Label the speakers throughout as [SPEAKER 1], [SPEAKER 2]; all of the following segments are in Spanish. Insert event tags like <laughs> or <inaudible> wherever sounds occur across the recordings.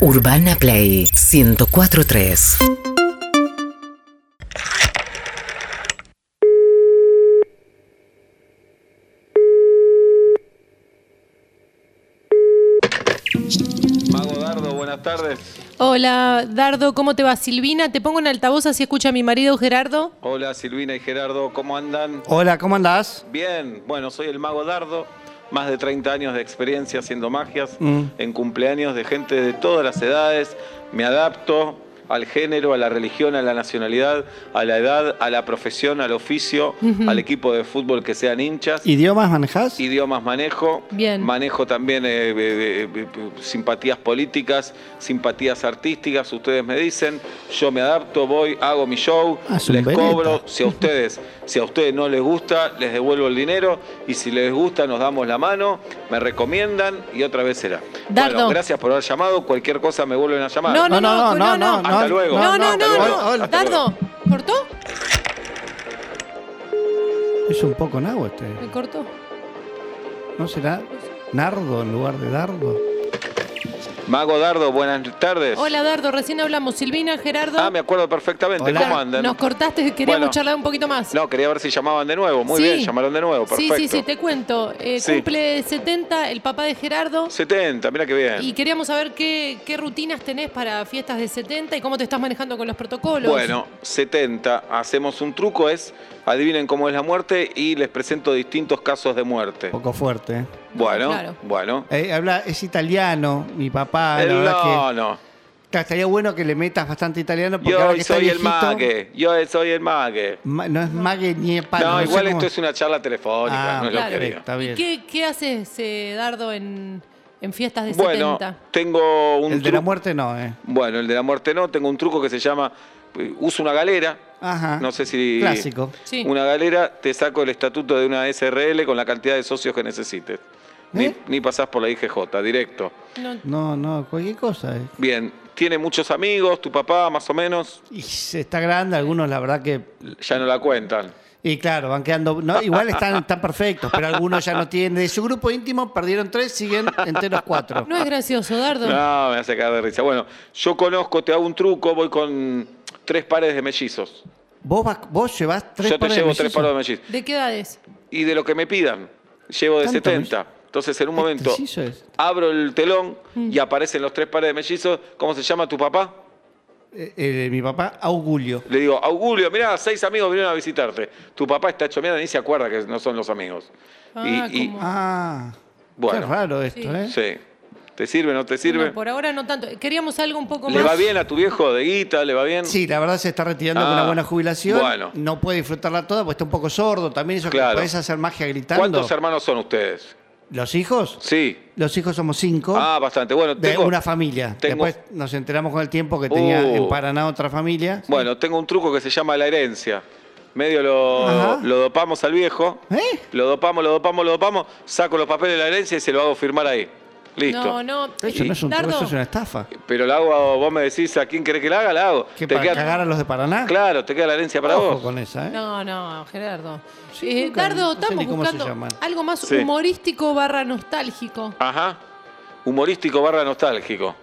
[SPEAKER 1] Urbana Play 1043.
[SPEAKER 2] Mago Dardo, buenas tardes.
[SPEAKER 3] Hola, Dardo, ¿cómo te va? Silvina, te pongo en altavoz así escucha a mi marido Gerardo.
[SPEAKER 2] Hola Silvina y Gerardo, ¿cómo andan?
[SPEAKER 4] Hola, ¿cómo andás?
[SPEAKER 2] Bien, bueno, soy el Mago Dardo, más de 30 años de experiencia haciendo magias, en cumpleaños de gente de todas las edades, me adapto al género, a la religión, a la nacionalidad, a la edad, a la profesión, al oficio, al equipo de fútbol que sean hinchas.
[SPEAKER 4] ¿Idiomas manejás?
[SPEAKER 2] Idiomas manejo,
[SPEAKER 3] Bien.
[SPEAKER 2] manejo también eh, eh, eh, eh, simpatías políticas, simpatías artísticas, ustedes me dicen, yo me adapto, voy, hago mi show,
[SPEAKER 4] Ah, es un
[SPEAKER 2] les
[SPEAKER 4] veleta.
[SPEAKER 2] cobro, si a ustedes, si a ustedes no les gusta, les devuelvo el dinero y si les gusta nos damos la mano, me recomiendan y otra vez será.
[SPEAKER 3] Dardo.
[SPEAKER 2] Bueno, gracias por haber llamado, cualquier cosa me vuelven a llamar.
[SPEAKER 3] No, no, no, no, no.
[SPEAKER 2] Hasta luego.
[SPEAKER 3] No, no, no,
[SPEAKER 2] hasta luego,
[SPEAKER 3] no.
[SPEAKER 2] hasta
[SPEAKER 3] Dardo,
[SPEAKER 2] luego.
[SPEAKER 3] ¿cortó?
[SPEAKER 4] Es un poco nabo este.
[SPEAKER 3] ¿Me cortó?
[SPEAKER 4] ¿No será nardo en lugar de dardo?
[SPEAKER 2] Mago Dardo, buenas tardes.
[SPEAKER 3] Hola, Dardo, recién hablamos. Silvina, Gerardo.
[SPEAKER 2] Ah, me acuerdo perfectamente,
[SPEAKER 4] Hola.
[SPEAKER 2] ¿cómo andan?
[SPEAKER 3] Nos cortaste, queríamos
[SPEAKER 2] Bueno.
[SPEAKER 3] charlar un poquito más.
[SPEAKER 2] No, quería ver si llamaban de nuevo. Muy
[SPEAKER 3] Sí.
[SPEAKER 2] bien, llamaron de nuevo. Perfecto.
[SPEAKER 3] Sí, sí, sí, te cuento. Eh,
[SPEAKER 2] Sí.
[SPEAKER 3] Cumple 70 el papá de Gerardo.
[SPEAKER 2] 70, mira qué bien.
[SPEAKER 3] Y queríamos saber qué, qué rutinas tenés para fiestas de 70 y cómo te estás manejando con los protocolos.
[SPEAKER 2] Bueno, 70. Hacemos un truco, es adivinen cómo es la muerte y les presento distintos casos de muerte.
[SPEAKER 4] Un poco fuerte.
[SPEAKER 2] Bueno,
[SPEAKER 3] Claro.
[SPEAKER 2] bueno.
[SPEAKER 4] Eh, habla, es italiano, mi
[SPEAKER 2] Eh,
[SPEAKER 4] papá. Ah, la verdad
[SPEAKER 2] no,
[SPEAKER 4] que,
[SPEAKER 2] no.
[SPEAKER 4] Claro, estaría bueno que le metas bastante italiano porque ahora
[SPEAKER 2] Yo
[SPEAKER 4] que está
[SPEAKER 2] soy el
[SPEAKER 4] viejito,
[SPEAKER 2] mague. Yo soy el mague.
[SPEAKER 4] ma- no es mague ni es palo.
[SPEAKER 2] no,
[SPEAKER 4] sé
[SPEAKER 2] igual
[SPEAKER 4] cómo-
[SPEAKER 2] esto es una charla telefónica,
[SPEAKER 4] Ah,
[SPEAKER 2] no es lo
[SPEAKER 3] claro.
[SPEAKER 2] que digo.
[SPEAKER 4] Está bien.
[SPEAKER 3] ¿Y qué, qué haces, eh, Dardo, en, en fiestas de
[SPEAKER 2] Bueno,
[SPEAKER 3] 70?
[SPEAKER 2] tengo un
[SPEAKER 4] El de la
[SPEAKER 2] tru-
[SPEAKER 4] muerte no, ¿eh?
[SPEAKER 2] Bueno, el de la muerte no, tengo un truco que se llama eh, uso una galera.
[SPEAKER 4] Ajá.
[SPEAKER 2] No sé si
[SPEAKER 4] Clásico.
[SPEAKER 3] Sí.
[SPEAKER 2] Una galera, te saco el estatuto de una SRL con la cantidad de socios que necesites.
[SPEAKER 4] ¿Eh?
[SPEAKER 2] Ni, ni pasás por la IGJ, directo.
[SPEAKER 3] No-
[SPEAKER 4] No, no, cualquier cosa. eh.
[SPEAKER 2] Bien, tiene muchos amigos, tu papá más o menos,
[SPEAKER 4] Y se está grande, algunos la verdad que
[SPEAKER 2] ya no la cuentan.
[SPEAKER 4] Y claro, van quedando. No, igual están, están perfectos, pero algunos ya no tienen. De su grupo íntimo perdieron tres, siguen enteros cuatro.
[SPEAKER 3] No es gracioso, Dardo.
[SPEAKER 2] Ah. No, me hace caer de risa. Bueno, yo conozco, te hago un truco, voy con tres pares de mellizos.
[SPEAKER 4] Vos, vas- vos llevás tres
[SPEAKER 2] yo te
[SPEAKER 4] pares
[SPEAKER 2] llevo
[SPEAKER 4] de
[SPEAKER 2] tres
[SPEAKER 4] mellizos?
[SPEAKER 2] pares de mellizos.
[SPEAKER 3] ¿De qué edades?
[SPEAKER 2] Y de lo que me pidan, llevo de
[SPEAKER 4] ¿Tanto
[SPEAKER 2] 70. Entonces, en un
[SPEAKER 4] ¿Qué
[SPEAKER 2] momento,
[SPEAKER 4] Este mellizo es?
[SPEAKER 2] abro el telón y aparecen los tres pares de mellizos. ¿Cómo se llama tu papá?
[SPEAKER 4] Eh, eh, mi papá, Augulio.
[SPEAKER 2] Le digo, Augulio, mirá, seis amigos vinieron a visitarte. Tu papá está hecho mierda, ni se acuerda que no son los amigos.
[SPEAKER 3] Ah,
[SPEAKER 2] y, y-
[SPEAKER 3] como-
[SPEAKER 4] Ah,
[SPEAKER 2] Bueno.
[SPEAKER 4] qué raro esto,
[SPEAKER 3] Sí.
[SPEAKER 4] ¿eh?
[SPEAKER 2] sí. ¿Te sirve, no te sirve?
[SPEAKER 3] No, por ahora no tanto. Queríamos algo un poco
[SPEAKER 2] ¿Le
[SPEAKER 3] más.
[SPEAKER 2] va bien a tu viejo de guita? ¿Le va bien?
[SPEAKER 4] Sí, la verdad se está retirando con
[SPEAKER 2] Ah,
[SPEAKER 4] una buena jubilación.
[SPEAKER 2] bueno.
[SPEAKER 4] No puede disfrutarla toda porque está un poco sordo. También eso
[SPEAKER 2] Claro.
[SPEAKER 4] que podés hacer magia gritando.
[SPEAKER 2] ¿Cuántos hermanos son ustedes?
[SPEAKER 4] ¿Los hijos?
[SPEAKER 2] Sí.
[SPEAKER 4] Los hijos somos cinco.
[SPEAKER 2] Ah, bastante. Bueno,
[SPEAKER 4] de
[SPEAKER 2] tengo,
[SPEAKER 4] una familia.
[SPEAKER 2] tengo-
[SPEAKER 4] Después nos enteramos con el tiempo que tenía
[SPEAKER 2] Uh.
[SPEAKER 4] en Paraná otra familia.
[SPEAKER 2] Bueno, tengo un truco que se llama la herencia. Medio lo,
[SPEAKER 4] Ajá.
[SPEAKER 2] lo dopamos al viejo.
[SPEAKER 4] ¿Eh?
[SPEAKER 2] Lo dopamos, lo dopamos, lo dopamos. Saco los papeles de la herencia y se lo hago firmar ahí. Listo.
[SPEAKER 3] No, no.
[SPEAKER 4] Eso no es un truco,
[SPEAKER 3] Dardo,
[SPEAKER 4] eso es una estafa.
[SPEAKER 2] Pero lo hago, vos me decís a quién querés que la haga, la hago.
[SPEAKER 4] ¿Que
[SPEAKER 2] Te
[SPEAKER 4] para
[SPEAKER 2] queda-
[SPEAKER 4] cagar a los de Paraná?
[SPEAKER 2] Claro, te queda la herencia para
[SPEAKER 4] Ojo
[SPEAKER 2] vos.
[SPEAKER 4] con esa, ¿eh?
[SPEAKER 3] No, no, Gerardo.
[SPEAKER 4] Sí,
[SPEAKER 3] Eh,
[SPEAKER 4] nunca-
[SPEAKER 3] Dardo,
[SPEAKER 4] no sé
[SPEAKER 3] estamos
[SPEAKER 4] ni cómo se
[SPEAKER 3] buscando
[SPEAKER 4] llaman.
[SPEAKER 3] algo más
[SPEAKER 2] Sí.
[SPEAKER 3] humorístico barra nostálgico.
[SPEAKER 2] Ajá. Humorístico barra nostálgico.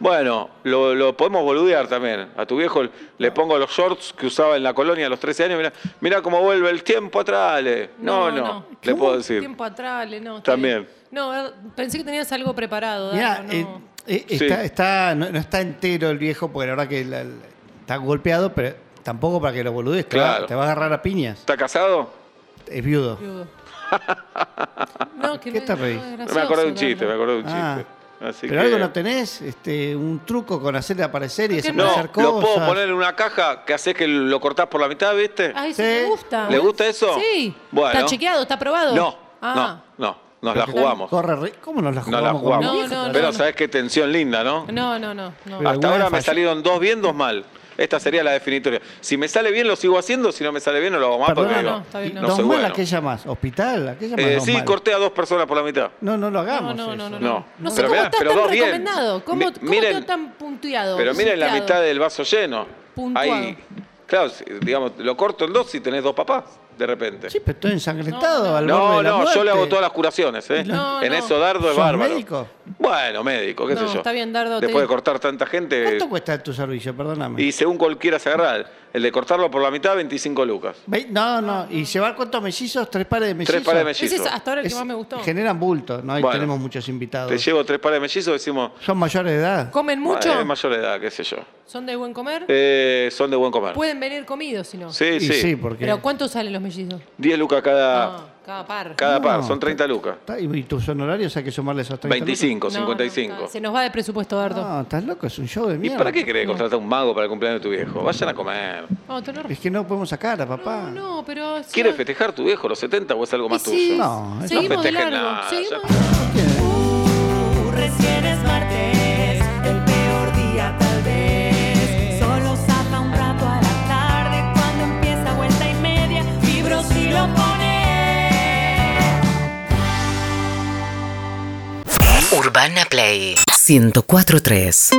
[SPEAKER 2] Bueno, lo, lo podemos boludear también. A tu viejo le pongo los shorts que usaba en la colonia a los 13 años. Mira, mira cómo vuelve el tiempo atrás. Ale. No, no,
[SPEAKER 3] No, no.
[SPEAKER 2] le puedo decir.
[SPEAKER 3] Tiempo atrás, le- no. está
[SPEAKER 2] También.
[SPEAKER 3] bien. No, eh, pensé que tenías algo preparado,
[SPEAKER 4] Mirá,
[SPEAKER 3] Dardo. no.
[SPEAKER 4] eh, eh,
[SPEAKER 2] Sí.
[SPEAKER 4] está, está- no, no está entero el viejo, porque la verdad que la- la- está golpeado, pero tampoco para que lo boludes. te va-
[SPEAKER 2] Claro.
[SPEAKER 4] Te, va a agarrar a piñas.
[SPEAKER 2] ¿Está casado?
[SPEAKER 4] Es
[SPEAKER 2] <laughs>
[SPEAKER 4] viudo.
[SPEAKER 3] Viudo. No, que
[SPEAKER 4] ¿Qué
[SPEAKER 3] no-
[SPEAKER 4] te
[SPEAKER 3] no
[SPEAKER 4] reís?
[SPEAKER 3] es
[SPEAKER 2] me
[SPEAKER 3] gracioso,
[SPEAKER 2] acordé de un chiste,
[SPEAKER 3] Dardo.
[SPEAKER 2] me acordé de un chiste.
[SPEAKER 4] Ah,
[SPEAKER 2] Así
[SPEAKER 4] pero
[SPEAKER 2] que-
[SPEAKER 4] algo no tenés, este, un truco con hacerle aparecer y
[SPEAKER 2] No,
[SPEAKER 4] desaparecer cosas.
[SPEAKER 2] lo puedo poner en una caja que haces que lo cortás por la mitad, ¿viste?
[SPEAKER 3] Ah, eso
[SPEAKER 4] Sí.
[SPEAKER 3] me gusta.
[SPEAKER 2] ¿Le gusta eso?
[SPEAKER 3] Sí.
[SPEAKER 2] Bueno.
[SPEAKER 3] ¿Está chequeado? ¿Está aprobado?
[SPEAKER 2] No,
[SPEAKER 3] Ah.
[SPEAKER 2] no, no. Nos la
[SPEAKER 4] Porque
[SPEAKER 2] jugamos.
[SPEAKER 4] Corre, ri- ¿Cómo nos la
[SPEAKER 2] Nos
[SPEAKER 4] jugamos?
[SPEAKER 2] la
[SPEAKER 4] con
[SPEAKER 2] jugamos.
[SPEAKER 4] el
[SPEAKER 3] No, no, no,
[SPEAKER 2] Pero
[SPEAKER 3] no.
[SPEAKER 2] sabés qué tensión linda, ¿no?
[SPEAKER 3] No, no, no. no.
[SPEAKER 4] Pero
[SPEAKER 2] Hasta
[SPEAKER 4] alguna
[SPEAKER 2] ahora me
[SPEAKER 4] falló.
[SPEAKER 2] salieron dos bien, dos mal. Esta sería la definitoria. Si me sale bien, lo sigo haciendo. Si no me sale bien, no lo hago más
[SPEAKER 4] Perdona,
[SPEAKER 2] porque
[SPEAKER 3] no,
[SPEAKER 2] digo,
[SPEAKER 3] no, está bien, no.
[SPEAKER 2] no
[SPEAKER 4] ¿Dos
[SPEAKER 2] soy
[SPEAKER 4] mal
[SPEAKER 2] bueno.
[SPEAKER 4] a qué llamás? ¿Hospital? ¿A qué llamás
[SPEAKER 2] Eh,
[SPEAKER 4] dos
[SPEAKER 2] sí,
[SPEAKER 4] mal?
[SPEAKER 2] corté a dos personas por la mitad.
[SPEAKER 4] No, no lo
[SPEAKER 3] No,
[SPEAKER 4] hagamos.
[SPEAKER 3] no, no,
[SPEAKER 4] eso.
[SPEAKER 3] no, no.
[SPEAKER 2] No.
[SPEAKER 3] No sé
[SPEAKER 2] Pero
[SPEAKER 3] cómo
[SPEAKER 2] mirá,
[SPEAKER 3] estás
[SPEAKER 2] pero
[SPEAKER 3] tan
[SPEAKER 2] dos bien.
[SPEAKER 3] recomendado. ¿Cómo,
[SPEAKER 2] Mi-
[SPEAKER 3] cómo
[SPEAKER 2] miren-
[SPEAKER 3] quedó tan punteado?
[SPEAKER 2] Pero miren la
[SPEAKER 3] Punteado.
[SPEAKER 2] mitad del vaso lleno.
[SPEAKER 3] Puntuado.
[SPEAKER 2] Ahí, claro, si- digamos, lo corto en dos si tenés dos papás. de repente.
[SPEAKER 4] Sí, pero estoy ensangrentado al borde
[SPEAKER 2] No,
[SPEAKER 4] de la
[SPEAKER 2] no, yo le hago
[SPEAKER 4] muerte.
[SPEAKER 2] todas las curaciones, ¿eh?
[SPEAKER 3] No,
[SPEAKER 2] en
[SPEAKER 3] no.
[SPEAKER 2] eso dardo es
[SPEAKER 4] ¿Sos
[SPEAKER 2] bárbaro.
[SPEAKER 4] médico?
[SPEAKER 2] Bueno, médico, qué
[SPEAKER 3] No,
[SPEAKER 2] sé yo.
[SPEAKER 3] está bien, Dardo, te-
[SPEAKER 2] Después de cortar tanta gente,
[SPEAKER 4] ¿Cuánto cuesta tu servicio? Perdóname.
[SPEAKER 2] Eh, y según cuál quieras agarrar, el de cortarlo por la mitad, 25 lucas.
[SPEAKER 4] Ve- No, no. ¿Y llevar cuántos mellizos? ¿Tres pares de mellizos?
[SPEAKER 2] Tres pares de mellizos.
[SPEAKER 3] Ese es hasta ahora el que
[SPEAKER 4] Es-
[SPEAKER 3] más me gustó.
[SPEAKER 4] Generan bulto, ¿no? Ahí
[SPEAKER 2] Bueno.
[SPEAKER 4] tenemos muchos invitados.
[SPEAKER 2] Te llevo tres pares de mellizos, decimos,
[SPEAKER 4] ¿Son mayores de edad?
[SPEAKER 3] ¿Comen mucho?
[SPEAKER 2] "Ah, es mayor edad, qué sé yo.
[SPEAKER 3] ¿Son de buen comer?
[SPEAKER 2] Eh, son de buen comer.
[SPEAKER 3] Pueden venir comidos si no.
[SPEAKER 2] Sí,
[SPEAKER 4] Y
[SPEAKER 2] sí.
[SPEAKER 4] sí, porque...
[SPEAKER 3] Pero ¿cuánto salen los mellizos?
[SPEAKER 2] 10 lucas cada,
[SPEAKER 3] No, cada par.
[SPEAKER 2] cada
[SPEAKER 4] No.
[SPEAKER 2] par, son 30 lucas.
[SPEAKER 4] Está- ¿Y tus honorarios hay que sumarle esos 30 lucas?
[SPEAKER 2] 25,
[SPEAKER 3] No, no,
[SPEAKER 2] 55.
[SPEAKER 3] está- se nos va de presupuesto, Dardo.
[SPEAKER 2] Ah.
[SPEAKER 4] No, estás loco, es un show de
[SPEAKER 2] ¿Y
[SPEAKER 4] mierda.
[SPEAKER 2] para qué querés contratar a un mago para el cumpleaños de tu viejo? Vayan a comer.
[SPEAKER 3] No, te lo re-
[SPEAKER 4] Es que no podemos sacar a papá.
[SPEAKER 3] no, no, pero... si
[SPEAKER 2] ¿Quieres
[SPEAKER 3] no-
[SPEAKER 2] festejar tu viejo los 70 o es algo
[SPEAKER 3] Y
[SPEAKER 2] más
[SPEAKER 3] sí,
[SPEAKER 2] tuyo?
[SPEAKER 4] No, eso-
[SPEAKER 3] seguimos de
[SPEAKER 2] No festejen
[SPEAKER 3] largo.
[SPEAKER 2] nada,
[SPEAKER 3] seguimos
[SPEAKER 2] ya.
[SPEAKER 3] de largo.
[SPEAKER 5] Uh, Recién es martes, el peor día tal vez. Solo saca un rato a la tarde cuando empieza vuelta y media. Vibro si lo pone.
[SPEAKER 1] Urbana Play 104.3